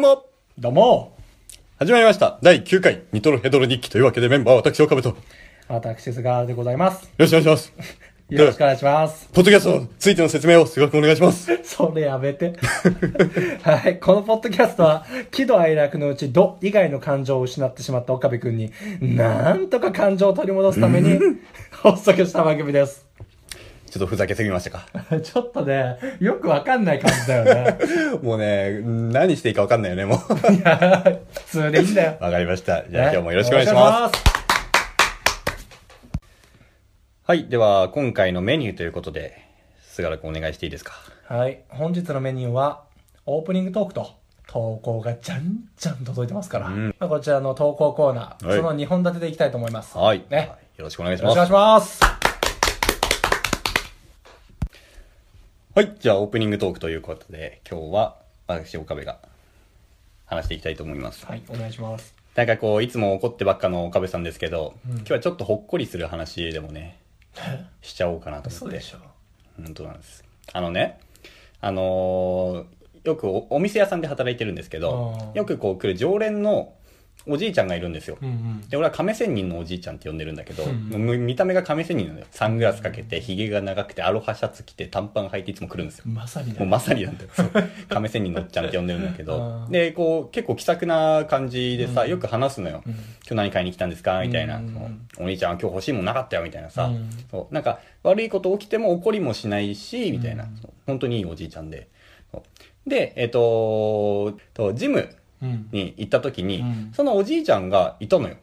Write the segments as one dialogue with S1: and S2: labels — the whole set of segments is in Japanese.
S1: も
S2: どうも
S1: 始まりました第9回ニトロヘドロ日記というわけでメンバーは私岡部とよ
S2: 私菅原でございます
S1: ろしくお願いします
S2: よろしくお願いします
S1: ポッドキャストについての説明を菅原君お願いします
S2: それやめて はいこのポッドキャストは喜怒哀楽のうち「ど」以外の感情を失ってしまった岡部君になんとか感情を取り戻すために発足した番組です
S1: ちょっとふざけすぎましたか
S2: ちょっとねよくわかんない感じだよね
S1: もうね何していいか分かんないよねもう
S2: いや普通でいいんだよ
S1: わかりましたじゃあ今日もよろしくお願いします
S2: す
S1: はいでは今回のメニューということで菅原君お願いしていいですか
S2: はい本日のメニューはオープニングトークと投稿がじゃんじゃん届いてますから、まあ、こちらの投稿コーナー、
S1: はい
S2: その2本立てでいきたいと思います
S1: はい、
S2: ね
S1: よろしくお願いし
S2: よろしく
S1: ま
S2: お
S1: す
S2: 願いします
S1: はいじゃあオープニングトークということで今日は私岡部が話していきたいと思います
S2: はいお願い します
S1: なんかこう、いつも怒ってばっかの岡部さんですけど、今日はちょっとほっこりする話でもね、しちゃおうかなと思って。
S2: ょ
S1: 本当なんです。あのね、あのーよくおお店屋さんで働いてるんですけど
S2: あ、ー
S1: よくこう来る常連のおじいちゃんがいるんですよ。
S2: うんうん
S1: で、俺は亀仙人のおじいちゃんって呼んでるんだけど、
S2: うん
S1: もう見た目が亀仙人なのよ。サングラスかけて、髭が長くて、アロハシャツ着て、短パン履いていつも来るんですよ。
S2: まさに だ
S1: もうまさになんだよ。そう亀仙人のおっちゃんって呼んでるんだけど
S2: あ。ー
S1: で、こう、結構気さくな感じでさ、よく話すのよ。
S2: うん
S1: 今日何買いに来たんですかみたいな、
S2: うん
S1: そのお兄ちゃんは今日欲しいもんなかったよみたいなさ、
S2: うん
S1: そうなんか悪いこと起きても怒りもしないしみたいな、
S2: うん
S1: そう本当にいいおじいちゃんでそうでえっ、ととジム
S2: うん
S1: に行った時に、
S2: うん
S1: そのおじいちゃんがいたのよ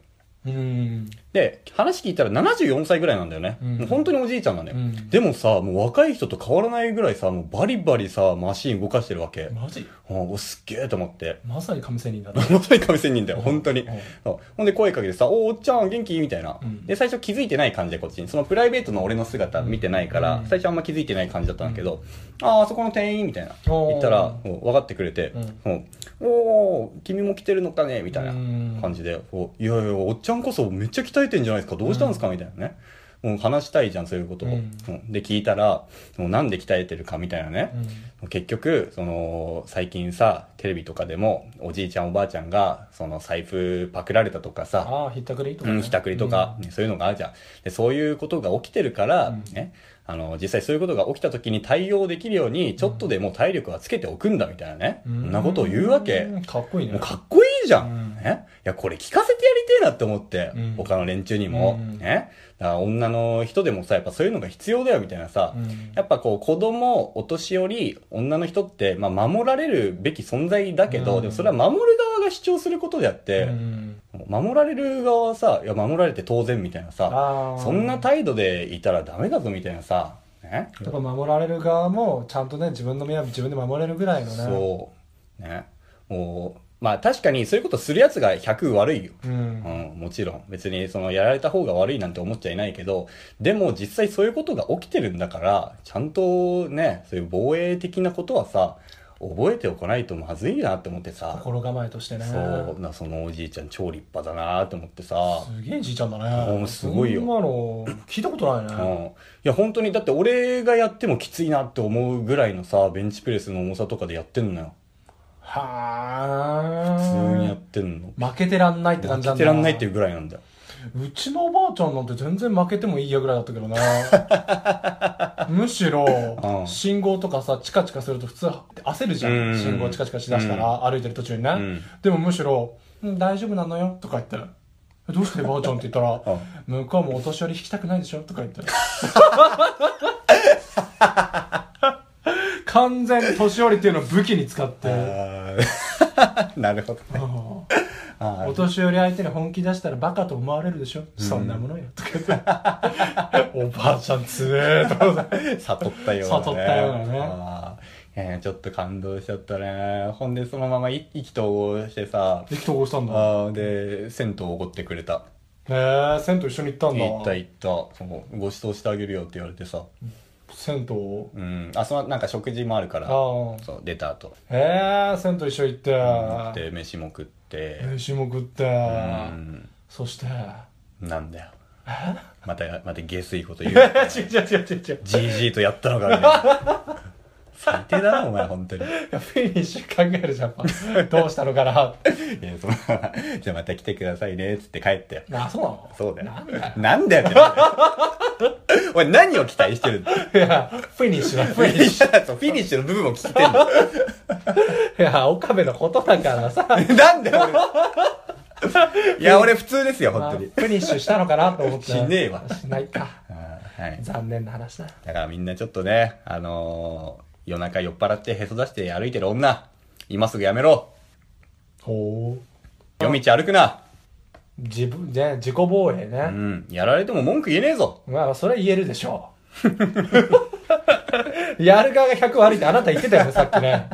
S2: うん
S1: で話聞いたら74歳ぐらいなんだよね、
S2: うん
S1: もう本当におじいちゃんなのよ、
S2: うん
S1: でもさもう若い人と変わらないぐらいさもうバリバリさマシーン動かしてるわけ、
S2: マジ
S1: あおすっげえと思って
S2: まさに亀仙人だな
S1: まさに亀仙人だよ、
S2: うん
S1: 本当に
S2: うん。
S1: そうほんで声かけてさ、おーおっちゃん元気みたいな
S2: う。ん
S1: で、最初気づいてない感じでこっちに。そのプライベートの俺の姿見てないから
S2: う、ん
S1: 最初あんま気づいてない感じだったんだけど、あーあそこの店員みたいな。
S2: おー
S1: 言ったら、もう分かってくれて
S2: うん、
S1: もうおー君も来てるのかねみたいな
S2: うん
S1: 感じで、こういやいや、おっちゃんこそめっちゃ鍛えてんじゃないですか、どうしたんですかみたいなね。もう話したいじゃん、そういうことを。
S2: う
S1: うんんで、聞いたら、もうなんで鍛えてるかみたいなね。
S2: うん
S1: 結局その最近さテレビとかでもおじいちゃんおばあちゃんがその財布パクられたとかさ、
S2: ああひったくりとか
S1: う
S2: ね
S1: ん、ひたくりとか、ねそういうのがあるじゃんでそういうことが起きてるから、
S2: うん
S1: ね、あの実際そういうことが起きた時に対応できるようにちょっとでも体力はつけておくんだみたいなね、
S2: うん
S1: そんなことを言うわけ、
S2: うんかっこいい
S1: もう
S2: ね
S1: かっこいいじゃん。
S2: うん
S1: ね、いや、これ聞かせてやりてえなって思って、
S2: うん
S1: 他の連中にも、
S2: うん
S1: ね。だから女の人でもさ、やっぱそういうのが必要だよみたいなさ、
S2: うん
S1: やっぱこう子供、お年寄り、女の人って、まあ守られるべき存在だけど、
S2: うん
S1: でもそれは守る側が主張することであっ
S2: う
S1: て、
S2: ん
S1: 守られる側はさ、いや守られて当然みたいなさ、
S2: ああ
S1: そんな態度でいたらダメだぞみたいなさ、ね。
S2: やっぱ守られる側もちゃんとね自分の身は自分で守れるぐらいのね
S1: そう。ね。もう、まあ確かにそういうことするやつが100悪いよ。
S2: ううん
S1: うん、もちろん別にそのやられた方が悪いなんて思っちゃいないけどでも実際そういうことが起きてるんだからちゃんとねそういう防衛的なことはさ覚えておかないとまずいなって思ってさ
S2: 心構えとしてね
S1: そうなそのおじいちゃん超立派だなって思ってさ、
S2: すげえじいちゃんだ
S1: うん
S2: ね
S1: すごいよ
S2: そんなの聞いたことな
S1: う
S2: い
S1: ん、
S2: ね
S1: いや本当にだって俺がやってもきついなって思うぐらいのさベンチプレスの重さとかでやってんのよ
S2: はあ
S1: 普通にやってんの
S2: 負けてらんないって感じな
S1: 負け
S2: んだ
S1: てらんないっていうぐらいなんだよ
S2: うちのおばあちゃんなんて全然負けてもいいやぐらいだったけ どなむし
S1: う
S2: ろ
S1: ん
S2: 信号とかさチカチカすると普通焦るじゃん、
S1: うんうんうん
S2: 信号チカチカしだしたら、歩いてる途中にね、
S1: ん
S2: でもむしろ「うん大丈夫なのよ」とか言って「えどうしてばあちゃん」って言ったら
S1: うん
S2: 「向こうもお年寄り引きたくないでしょ」とか言って完全に年寄りっていうのを武器に使って
S1: あー なるほどね
S2: うん
S1: あー
S2: お年寄り相手に本気出したらバカと思われるでしょ、そんなものよとか言っておばあちゃん強えとかさ
S1: 悟ったような、ね。
S2: 悟ったようなね
S1: あー。えーちょっと感動しちゃったね。ほんで、そのままい意気投合してさ、
S2: 意気投合したんだへ
S1: あーで、銭湯おごってくれた。
S2: え銭湯一緒に行ったんだ
S1: 行った行った。そのご馳走してあげるよって言われてさ。
S2: 銭湯
S1: うん。あ、その、なんか食事もあるから、
S2: あ
S1: そう、出た後。
S2: あへえ銭湯一緒に行って
S1: 行って、飯も食って。
S2: 飯も食って、
S1: うん。
S2: そして
S1: なんだよ。 また、また下水こと言う。
S2: 違う違う違う違う
S1: じいじいとやったのかみたいな。最低だな、お前、本当に。い
S2: やフィニッシュ考えるじゃんパンどうしたのかな
S1: や、その、 じゃあまた来てくださいね、つって帰ったよ。
S2: あそうなの
S1: そうだよ
S2: なんだよ。
S1: なんだよってなんだよ。 お前、何を期待してるんだよ
S2: いやフィニッシュだフ
S1: フ
S2: ィ
S1: ィ
S2: ニ
S1: ニ
S2: ッシ
S1: ッシュの部分を聞いてんの。
S2: ュいや岡部のことだからさ
S1: なんだよ、 俺。いや、俺普通ですよ、
S2: まあ
S1: 本当
S2: フ
S1: に。
S2: ィニッシュしたのかなと思って
S1: しねえわ
S2: しないか
S1: あーはい。
S2: 残念な話だ
S1: だからみんなちょっとね、あのー夜中酔っ払ってへそ出して歩いてる女、今すぐやめろ。
S2: ほう
S1: 夜道歩くな。
S2: 自分ね自己防衛
S1: う
S2: ね、
S1: ん。やられても文句言えねえぞ。
S2: まあそれは言えるでしょう やる側が100悪いってあなた言ってたよねさっきね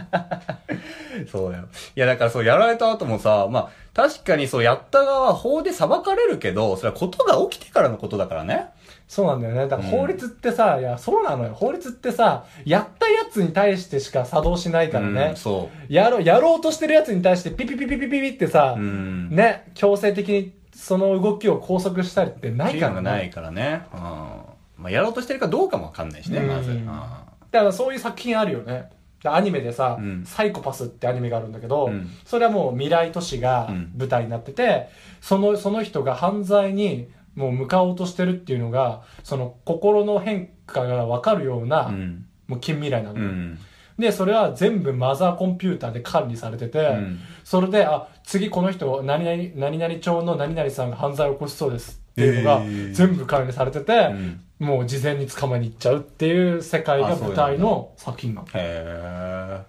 S1: そうだよ。いや、だからそう、やられた後もさ、まあ、確かにそう、やった側は法で裁かれるけど、それはことが起きてからのことだからね。
S2: そうなんだよねだから法律ってさ、いやそうなのよ法律ってさやったやつに対してしか作動しないから
S1: う
S2: ね
S1: ん、、そ
S2: やろうやろうとしてるやつに対してピピピピピピピってさ、
S1: う。うん。
S2: ね強制的にその動きを拘束したりってな
S1: ない
S2: い
S1: か
S2: からら
S1: ないからね。うん。まあ、やろうとしてるかどうかもわかんないしね、
S2: うん
S1: まず。うん
S2: だからそういう作品あるよねでアニメでさ、
S1: うん
S2: サイコパスってアニメがあるんだけど、
S1: うん
S2: それはもう未来都市が
S1: うん
S2: 舞台になってて、そのその人が犯罪にもう向かおうとしてるっていうのがその心の変化が分かるような、
S1: うん。
S2: もう近未来なの、
S1: うん。
S2: でそれは全部マザーコンピューターで管理されてて、
S1: うん
S2: それであ次この人何々何々町の何々さんが犯罪を起こしそうですっていうのが
S1: えー
S2: 全部管理されてて、
S1: うん
S2: もう事前に捕まえに行っちゃうっていう世界が舞台の作品なの
S1: へえ。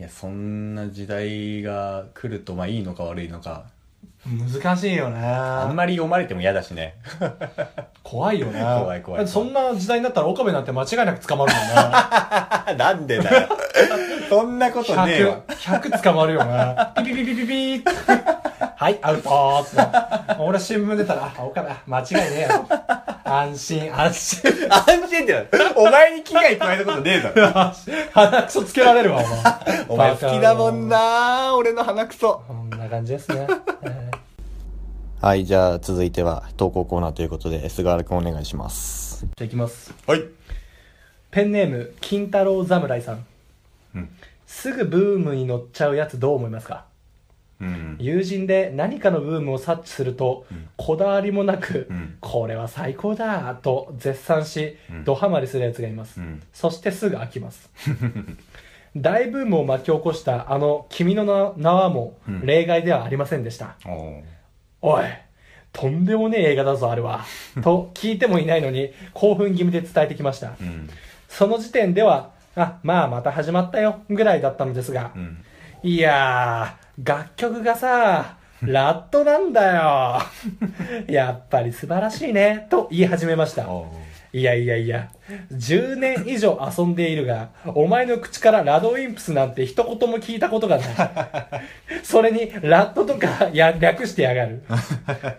S1: いや、そんな時代が来ると、まあいいのか悪いのか。
S2: 難しいよね
S1: あんまり読まれても嫌だしね。
S2: 怖いよね
S1: 怖い怖い
S2: だってそんな時代になったら岡部なんて間違いなく捕まるもん ね
S1: なんでだよ。 そんなことねえわ
S2: 100, 100捕まるよねピピピピピピーってはいアウトーって俺新聞出たらあ岡部間違いねえよ安心安心
S1: 安心ってなるお前に危害加えたことねえ だろ。
S2: 鼻くそつけられるわお
S1: お
S2: 前
S1: 前好きだもんな俺の鼻くそ。
S2: こんな感じですね、えー
S3: はい、じゃあ続いては投稿コーナーということで、菅原くんお願いします。
S2: じゃあいきます
S1: はい。
S2: ペンネーム金太郎侍さん、
S1: うん
S2: すぐブームに乗っちゃうやつどう思いますか
S1: うん。
S2: 友人で何かのブームを察知すると、こだわりもなく、
S1: うん
S2: これは最高だと絶賛し、
S1: ん
S2: ドハマりするやつがいま
S1: う
S2: す、
S1: ん
S2: そしてすぐ飽きます 大ブームを巻き起こしたあの「君の名は」も
S1: ん
S2: 例外ではありませんでした、
S1: おー
S2: おいとんでもねえ映画だぞあれはと聞いてもいないのに興奮気味で伝えてきました、
S1: うん。
S2: その時点ではあまあまた始まったよぐらいだったのですが、
S1: ん
S2: いやー楽曲がさラットなん だよやっぱり素晴らしいねと言い始めました
S1: おー
S2: いやいやいや10年以上遊んでいるがお前の口からラドウィンプスなんて一言も聞いたこ とがないそれにラットとかや略してや がる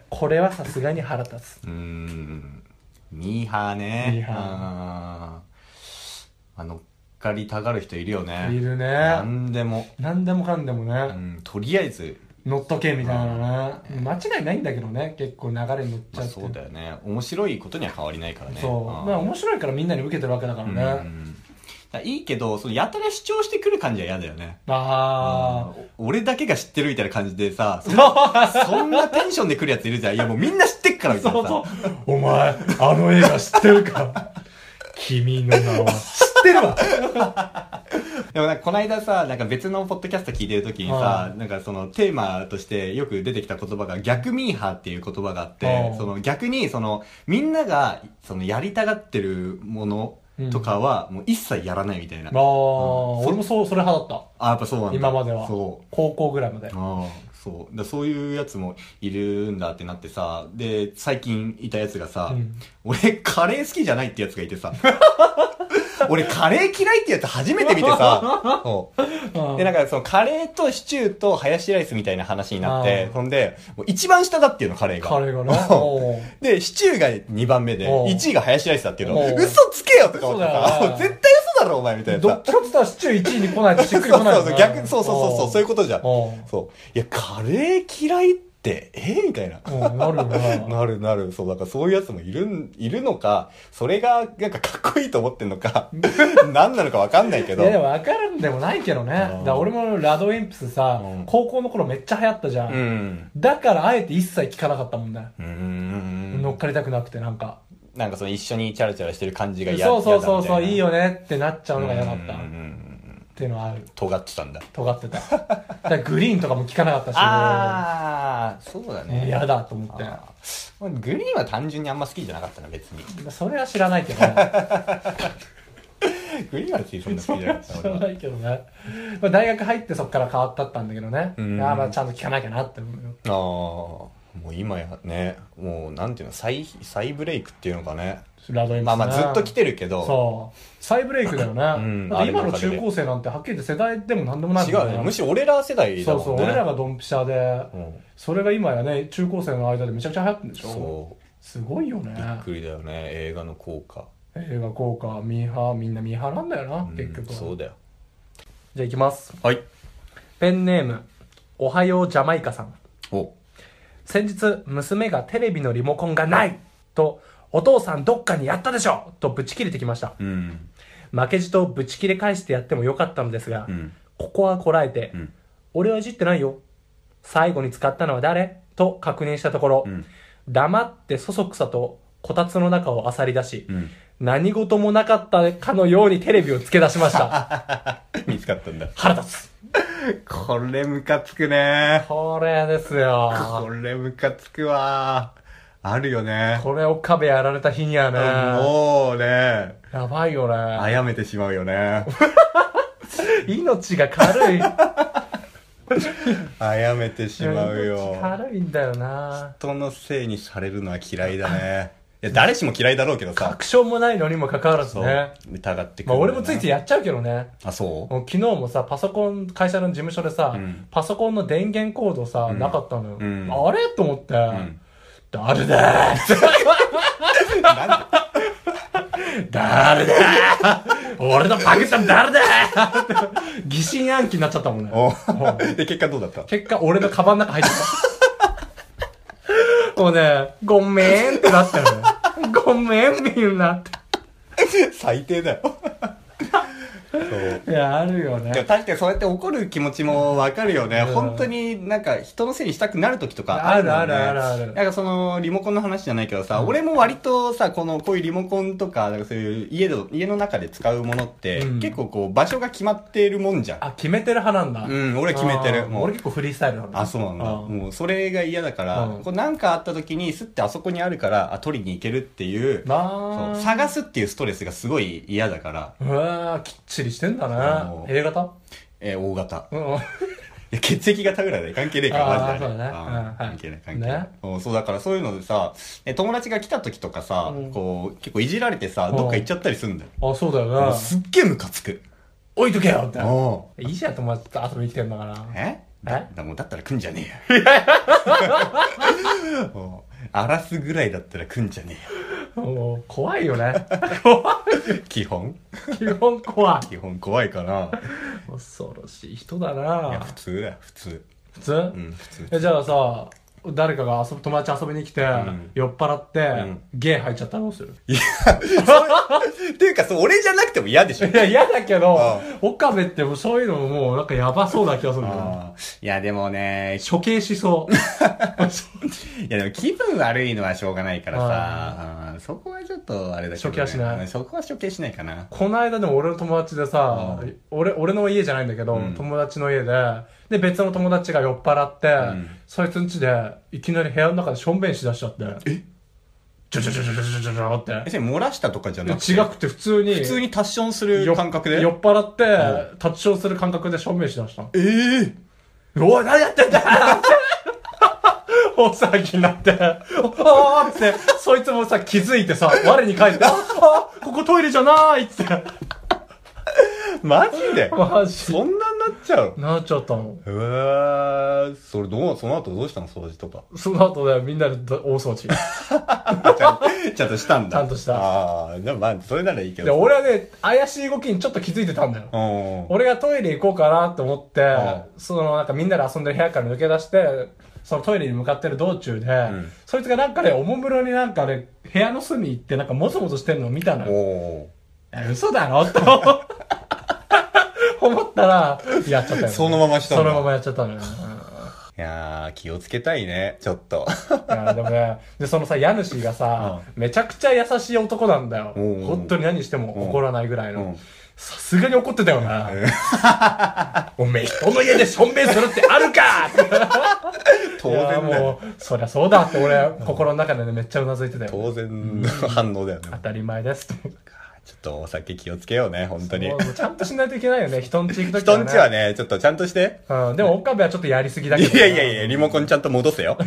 S2: これはさすがに腹立つ
S1: うーん。ミーハーね。
S2: ミーハー
S1: あーあ乗っかりたがる人いるよね。
S2: いるね
S1: なんでも。
S2: 何でもかんでもね、
S1: うん、とりあえず、
S2: 乗っとけみたいなね、間違いないんだけどね結構流れに乗っち
S1: まあ、
S2: ゃって、
S1: そうだよね。面白いことには変わりないからね。
S2: そう
S1: あー
S2: まあ面白いからみんなに受けてるわけだからね、
S1: うんだからいいけど、そのやたら主張してくる感じは嫌だよね。
S2: ああ、
S1: お俺だけが知ってるみたいな感じでさ、そそんなテンションで来るやついるじゃん。いやもうみんな知ってっからみたい
S2: そ
S1: な
S2: う
S1: さ。
S2: そうお前あの映画知って るか君の名は知ってるわ
S1: でもなんかこの間さ、なんか別のポッドキャスト聞いてる時にさ
S2: は、
S1: なんかそのテーマとしてよく出てきた言葉が逆ミーハーっていう言葉があっ
S2: は
S1: て
S2: い、
S1: その逆にそのみんながそのやりたがってるものとかはもう一切やらないみたいな。
S2: ああ、俺もそうそれ派だっ
S1: あ、やっぱそうなん
S2: た
S1: だ。
S2: 今までは
S1: そう。
S2: 高校ぐらいまで
S1: ああそうだそういうやつもいるんだってなってさで最近いたやつがさ、
S2: うん
S1: 俺カレー好きじゃないってやつがいてさ 俺カレー嫌いってやつ初めて見て さそうでなんかそのカレーとシチューとハヤシライスみたいな話になって
S2: ああ
S1: そんでもう一番下だっていうのカレーが
S2: 彼がねおう
S1: でシチューが2番目で
S2: おう
S1: 1位がハヤシライスだっていうの
S2: おう
S1: 嘘つけよとか思って
S2: 嘘だ
S1: さ
S2: よ
S1: 絶対嘘だろお前みたいな
S2: どっ
S1: さ
S2: ちかって言ったらシチュー1位に来ないとし
S1: そ
S2: っ
S1: う
S2: くり来ない
S1: そ
S2: も
S1: うんそ
S2: ね
S1: う逆そうそうそうそうそういうことじゃん
S2: おう
S1: そう。いや、カレー嫌いっってえみたいな
S2: うんなるよな。
S1: なるなるそうだからそういうやつもいるんいるのかそれがなんかかっこいいと思ってんの か何なのかわかんないけ
S2: い
S1: ど
S2: やでも分からんでもないけどね。だから俺もラドウィンプスさ
S1: うん、
S2: 高校の頃めっちゃ流行ったじゃ。
S1: うんん
S2: だからあえて一切聞かなかったもんね。
S1: うーん
S2: 乗っかりたくなくてなんか。
S1: なんかその一緒にチャラチャラしてる感じが嫌
S2: そうそうそうそう、いいよ
S1: ね
S2: ねってなっちゃうのが嫌だった。
S1: うんうんう
S2: っ
S1: ん
S2: ていうのはある。
S1: 尖ってたんだ
S2: 尖ってた。だからグリーンとかも聞かなかったし。
S1: ああそうだね
S2: 嫌だと思って
S1: あーグリーンは単純にあんま好きじゃなかったな別 に
S2: それは知らないけどね。
S1: グリーンは別にそんな
S2: そ
S1: 好きじ
S2: れ
S1: ゃ
S2: は
S1: なかった
S2: 知
S1: 俺
S2: ら
S1: は
S2: ないけどね。まあ大学入ってそっから変わったったんだけどね。
S1: うん
S2: ああまあちゃんと聞かなきゃなって思うよ。
S1: ああもう今やねもうなんていうの再再ブレイクっていうのかね
S2: ラドエン
S1: まあまあずっと来てるけど
S2: そう。再ブレイクだよね。
S1: ん
S2: だって今の中高生なんてはっきり言って世代でも何でもない
S1: 違
S2: もん
S1: うねむしろ俺ら世代だも
S2: そ
S1: ん
S2: う
S1: ね
S2: そう、俺らがドンピシャで、
S1: うん
S2: それが今やね、中高生の間でめちゃくちゃ流行ってるんでしょ
S1: そう
S2: すごいよね
S1: び。っくりだよね映画の効果
S2: 映画効果、ミーハー、みんなミーハーなんだよな、
S1: うん
S2: 結局は。
S1: そうだよ
S2: じゃあ行きます。
S1: はい
S2: ペンネーム、おはようジャマイカさん。
S1: お
S2: 先日、娘がテレビのリモコンがないと、お父さんどっかにやったでしょとブチ切れてきました。
S1: うん
S2: 負けじとブチ切れ返してやってもよかったのですが、
S1: うん
S2: ここはこらえて、
S1: ん
S2: 俺はいじってないよ。最後に使ったのは誰と確認したところ、
S1: うん
S2: 黙ってそそくさとこたつの中を漁り出し、
S1: うん
S2: 何事もなかったかのようにテレビをつけ出しま した。
S1: 見つかったんだ
S2: 腹立つ。
S1: これムカつくね
S2: これですよ。
S1: これムカつくわあるよね
S2: これ岡部やられた日にはね、
S1: もうね
S2: やばいよね。
S1: あやめてしまうよね
S2: 命が軽い。
S1: あやめて しまうよ
S2: 命軽いんだよな。
S1: 人のせいにされるのは嫌いだねいや誰しも嫌いだろうけどさ
S2: 確証もないのにもかかわらず
S1: そう、
S2: ね。
S1: 疑ってく
S2: ま
S1: る
S2: あ
S1: んだよ
S2: 俺
S1: な
S2: もついついやっちゃうけどね。
S1: あそう
S2: もう昨日もさ、パソコン、会社の事務所でさ、
S1: うん
S2: パソコンの電源コードさ、なかったのよ。
S1: うん
S2: あれと思って、
S1: ん
S2: 誰だー
S1: なんで
S2: 誰だー俺のパクったの誰だー疑心暗鬼になっちゃったもんね。
S1: お
S2: も
S1: で結果どうだった
S2: う結果、俺のカバンの中入ってた。もうね、ごめんってなったよね。ごめんみんなって。
S1: 最低だよそう
S2: いや、あるよ
S1: でも
S2: ね。
S1: 確かにそうやって怒る気持ちもわかるよね、
S2: うん
S1: 本当になんか人のせいにしたくなる時とか
S2: あ
S1: あ
S2: る
S1: るもんね
S2: あるあるある
S1: なんかそのリモコンの話じゃないけどさ、俺も割とさこのこういうリモコンとかなんかそういう家の家の中で使うものって、
S2: うん
S1: 結構こう場所が決まっているもんじゃん
S2: あ、決めてる派なんだ。
S1: うん俺決めてる
S2: あー
S1: もう
S2: 俺結構フリースタイルなんだ。
S1: あそうなんだ
S2: うん
S1: もうそれが嫌だから、
S2: うん
S1: こうなんかあった時にすってあそこにあるからあ取りに行けるっていう
S2: な
S1: そ
S2: あ。
S1: う探すっていうストレスがすごい嫌だから、
S2: うわーきっちりしてんだ
S1: も
S2: な。
S1: う
S2: A 型
S1: えー大型
S2: うん。うん
S1: いや血液型ぐらいで関係ねえから
S2: あー
S1: マジであれ
S2: そうだね
S1: あー
S2: うん
S1: 関係ない関係ない、
S2: ね
S1: うんそうだからそういうのでさえ友達が来た時とかさ、
S2: うん
S1: こう結構いじられてさ
S2: うん
S1: どっか行っちゃったりするんだよ、
S2: あ、そうだよ
S1: もう
S2: な。
S1: すっげえムカつく
S2: 置いとけよって。
S1: おう
S2: いいじゃん、友達と遊びに来てんだから。
S1: え
S2: え
S1: だもうだったら来んじゃねえ よおう荒らすぐらいだったら来んじゃね
S2: もう、怖いよね。 怖
S1: えよ基本
S2: い。基本怖い。
S1: 基本怖いかな
S2: 恐ろしい人だ
S1: いや
S2: な
S1: 普通だよ普通
S2: 普通、
S1: うん普通
S2: え、じゃあさ、誰かが遊ぶ、友達遊びに来て、
S1: ん
S2: 酔っ払って、
S1: ん
S2: ゲー入っちゃったらどうす る
S1: っていうかそう俺じゃなくても嫌でしょ
S2: いや、嫌だけど
S1: あ、
S2: 岡部ってもうそういうのももうなんかやばそうな気がするんだよ。
S1: あーいやでもね
S2: 処刑しそう。
S1: いやでも気分悪いのはしょうがないから
S2: あ
S1: さ、うんそこはちょっとあれだけど、ね。
S2: 処刑はしない
S1: うんそこは処刑しないかな。
S2: この間でも俺の友達でさ、
S1: うん
S2: 俺、俺の家じゃないんだけど、
S1: うん
S2: 友達の家で、で、別の友達が酔っ払って、
S1: ん
S2: そいつん家で、いきなり部屋の中でしょんべんしだしちゃって。えちょちょちょちょちょちょちょちょって。
S1: 別に漏らしたとかじゃなくて。
S2: 違くて普通に、
S1: 普通にタッションする感覚で。
S2: 酔っ払って、タッチションする感覚でしょんべんしだしたの。
S1: ええ
S2: おい、何やってんだよ大騒ぎになって、ああって、そいつもさ、気づいてさ、我に返って、ああここトイレじゃないっつって。
S1: マジで
S2: マジ
S1: そんなになっちゃう
S2: なっちゃったの。
S1: へえそれどうその後どうしたの掃除とか
S2: その後でみんなで大掃
S1: ち
S2: 除。
S1: ゃんちゃんとしたんだ
S2: ちゃんとした
S1: ああでもまあそれならいいけど
S2: で、俺はね、怪しい動きにちょっと気づいてたんだよ。
S1: うん
S2: 俺がトイレ行こうかなと思って、
S1: う
S2: そのなんかみんなで遊んでる部屋から抜け出して、そのトイレに向かってる道中で、
S1: ん
S2: そいつがなんかね、おもむろになんかね、部屋の隅行ってなんかもそもそしてるのを見たの
S1: お
S2: よ。
S1: お
S2: いや嘘だろと 思ったら、やっちゃったよ、ね。
S1: そのまましたんだ
S2: そのままやっちゃったのよ。
S1: いやー気をつけたいねちょっと
S2: いやでもね、で、そのさ、家主がさ、めちゃくちゃ優しい男なんだよ。
S1: おうおう
S2: 本当に何しても怒らないぐらいの。
S1: うん
S2: さすがに怒ってた よな。おめえ、人の家でしょんべんするってある か
S1: 当然
S2: い
S1: だ
S2: や
S1: よ
S2: もう、そりゃそうだって俺、心の中でね、めっちゃうなずいてたよ。
S1: 当然の反応だよね
S2: 当たり前です。
S1: ちょっとお酒気をつけようね本当に
S2: もうちゃんとしないといけないよね、人んち行くとき
S1: 人んちはねちょっとちゃんとして
S2: うん、でも岡部はちょっとやりすぎだ
S1: い
S2: けどな。
S1: やいやいやリモコンちゃんと戻せ よ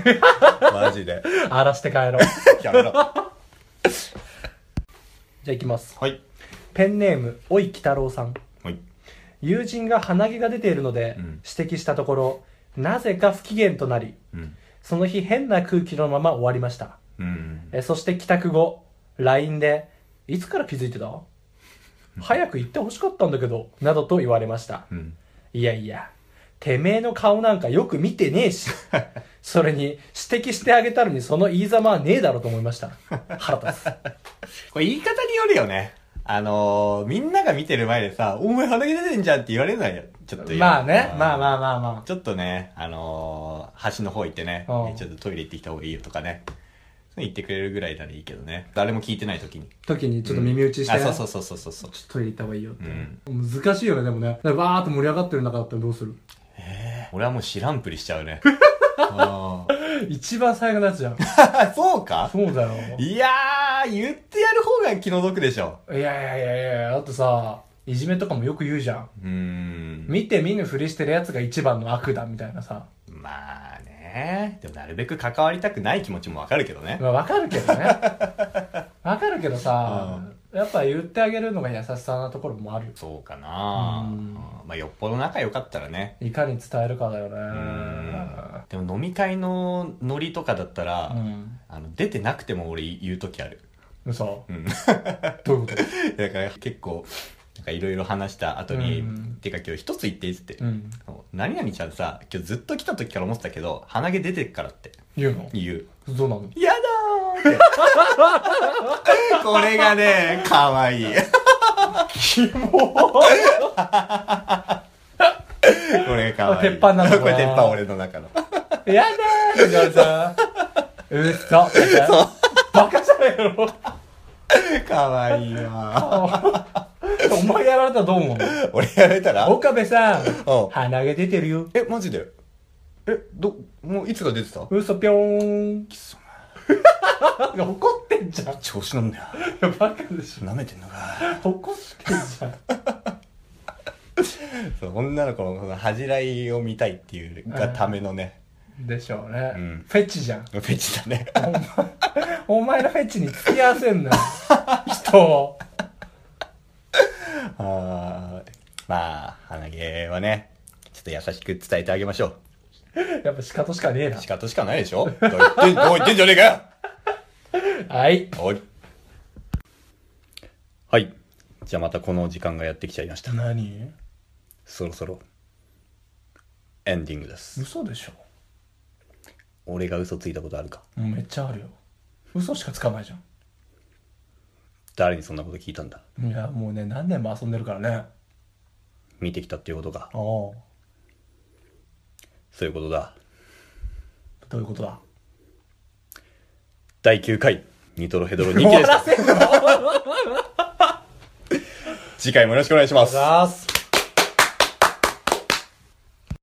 S1: マジで
S2: 荒らして帰 ろう。
S1: やめろは
S2: じゃあ行きます。
S1: い
S2: ペンネーム、おい鬼太郎さん。
S1: はい
S2: 友人が鼻毛が出ているので
S1: うん
S2: 指摘したところ、なぜか不機嫌となり
S1: うん
S2: その日変な空気のまま終わりました
S1: うん
S2: えそして帰宅後 LINE で「いつから気づいてた早く行ってほしかったんだけど」などと言われました
S1: うん
S2: いやいやてめえの顔なんかよく見てねえ しそれに指摘してあげたのにその言いざまはねえだろうと思いました腹 立つ
S1: これ言い方によるよね。あのー、みんなが見てる前でさ、お前鼻毛出てんじゃんって言われるのは、ちょっと嫌
S2: まあねまあ
S1: あ。
S2: まあまあま
S1: ちょっとね、あのー、端の方行ってね、
S2: うん
S1: ちょっとトイレ行ってきた方がいいよとかね。そう言ってくれるぐらいならいいけどね。誰も聞いてない時に。
S2: あ時にちょっと耳打ちして、
S1: あ、そうそうそうそうそうそう。
S2: ちょっとトイレ行った方がいいよって、
S1: うん
S2: 難しいよねでもねだからわーっと盛り上がってる中だったらどうする
S1: 俺はもう知らんぷりしちゃうね。あー
S2: 一番最悪のやつじゃん
S1: あ、 そうか
S2: そうだよ
S1: いやー、言ってやる方が気の毒でしょ。
S2: いやいやいやいやだってさいじめとかもよく言うじゃん
S1: うーん。
S2: 見て見ぬふりしてるやつが一番の悪だみたいなさ、
S1: まあね。でもなるべく関わりたくない気持ちもわかるけどね。
S2: まあ、わかるけ どねわかるけどさ、やっぱ言ってあげるのが優しさなところもあるよ
S1: そうかな
S2: うん
S1: まあよっぽど仲良かったらね
S2: いかに伝えるかだよね
S1: うんでも飲み会のノリとかだったら、
S2: うん
S1: あの出てなくても俺言う時ある、
S2: 嘘
S1: うん、
S2: どういうこと
S1: だから結構なんかいろいろ話した後に「
S2: うん
S1: てか今日一つ言っていい」っつって、
S2: うん
S1: 何々ちゃんさ今日ずっと来た時から思ってたけど鼻毛出てっからって
S2: 言うの
S1: 言う
S2: どうなの
S1: 「やだー」って これがね可愛いい
S2: キモ
S1: これ可愛いい
S2: 鉄板なんだな
S1: これ鉄板俺の中の
S2: やだーって言われた。うっそって。バカじゃないの
S1: 可愛いいわ
S2: お前やられたらどう思う
S1: 俺やれたら
S2: の岡部さん
S1: うん、
S2: 鼻毛出てるよ。
S1: えマジでえどもういつが出てた
S2: 嘘ぴょーん。怒ってんじゃん。い
S1: 調子なんだよ
S2: やバカでし
S1: 舐めてんのか
S2: ょ。怒ってんじゃん。
S1: そう女の子のその恥じらいを見たいっていうがためのね
S2: でしょう
S1: う
S2: ね
S1: ん。
S2: フェチじゃん。
S1: フェチだね
S2: お前のフェチに付き合わせんな。人を。
S1: あーまあ鼻毛はねちょっと優しく伝えてあげましょ
S2: やっぱ仕方しかねえ
S1: う仕方しかないでしょどう言ってんどう言ってんじゃねえかよ
S2: な。はい。
S1: はいはいじゃあまたこの時間がやってきちゃいました
S2: 何
S1: そろそろエンディングです
S2: 嘘でしょ。
S1: 俺が嘘ついたことあるか
S2: うんめっちゃあるよ。嘘しかつかないじゃん。
S1: 誰にそんなこと聞いたんだ
S2: いや、もうね、何年も遊んでるからね。あ
S1: 見てきたっていうことか
S2: あ。ど
S1: そういうことだ
S2: ういうことだ
S1: 第9回ニトロヘドロ2期でした
S2: せんの
S1: 次回もよろしくお願いします
S2: ざーす。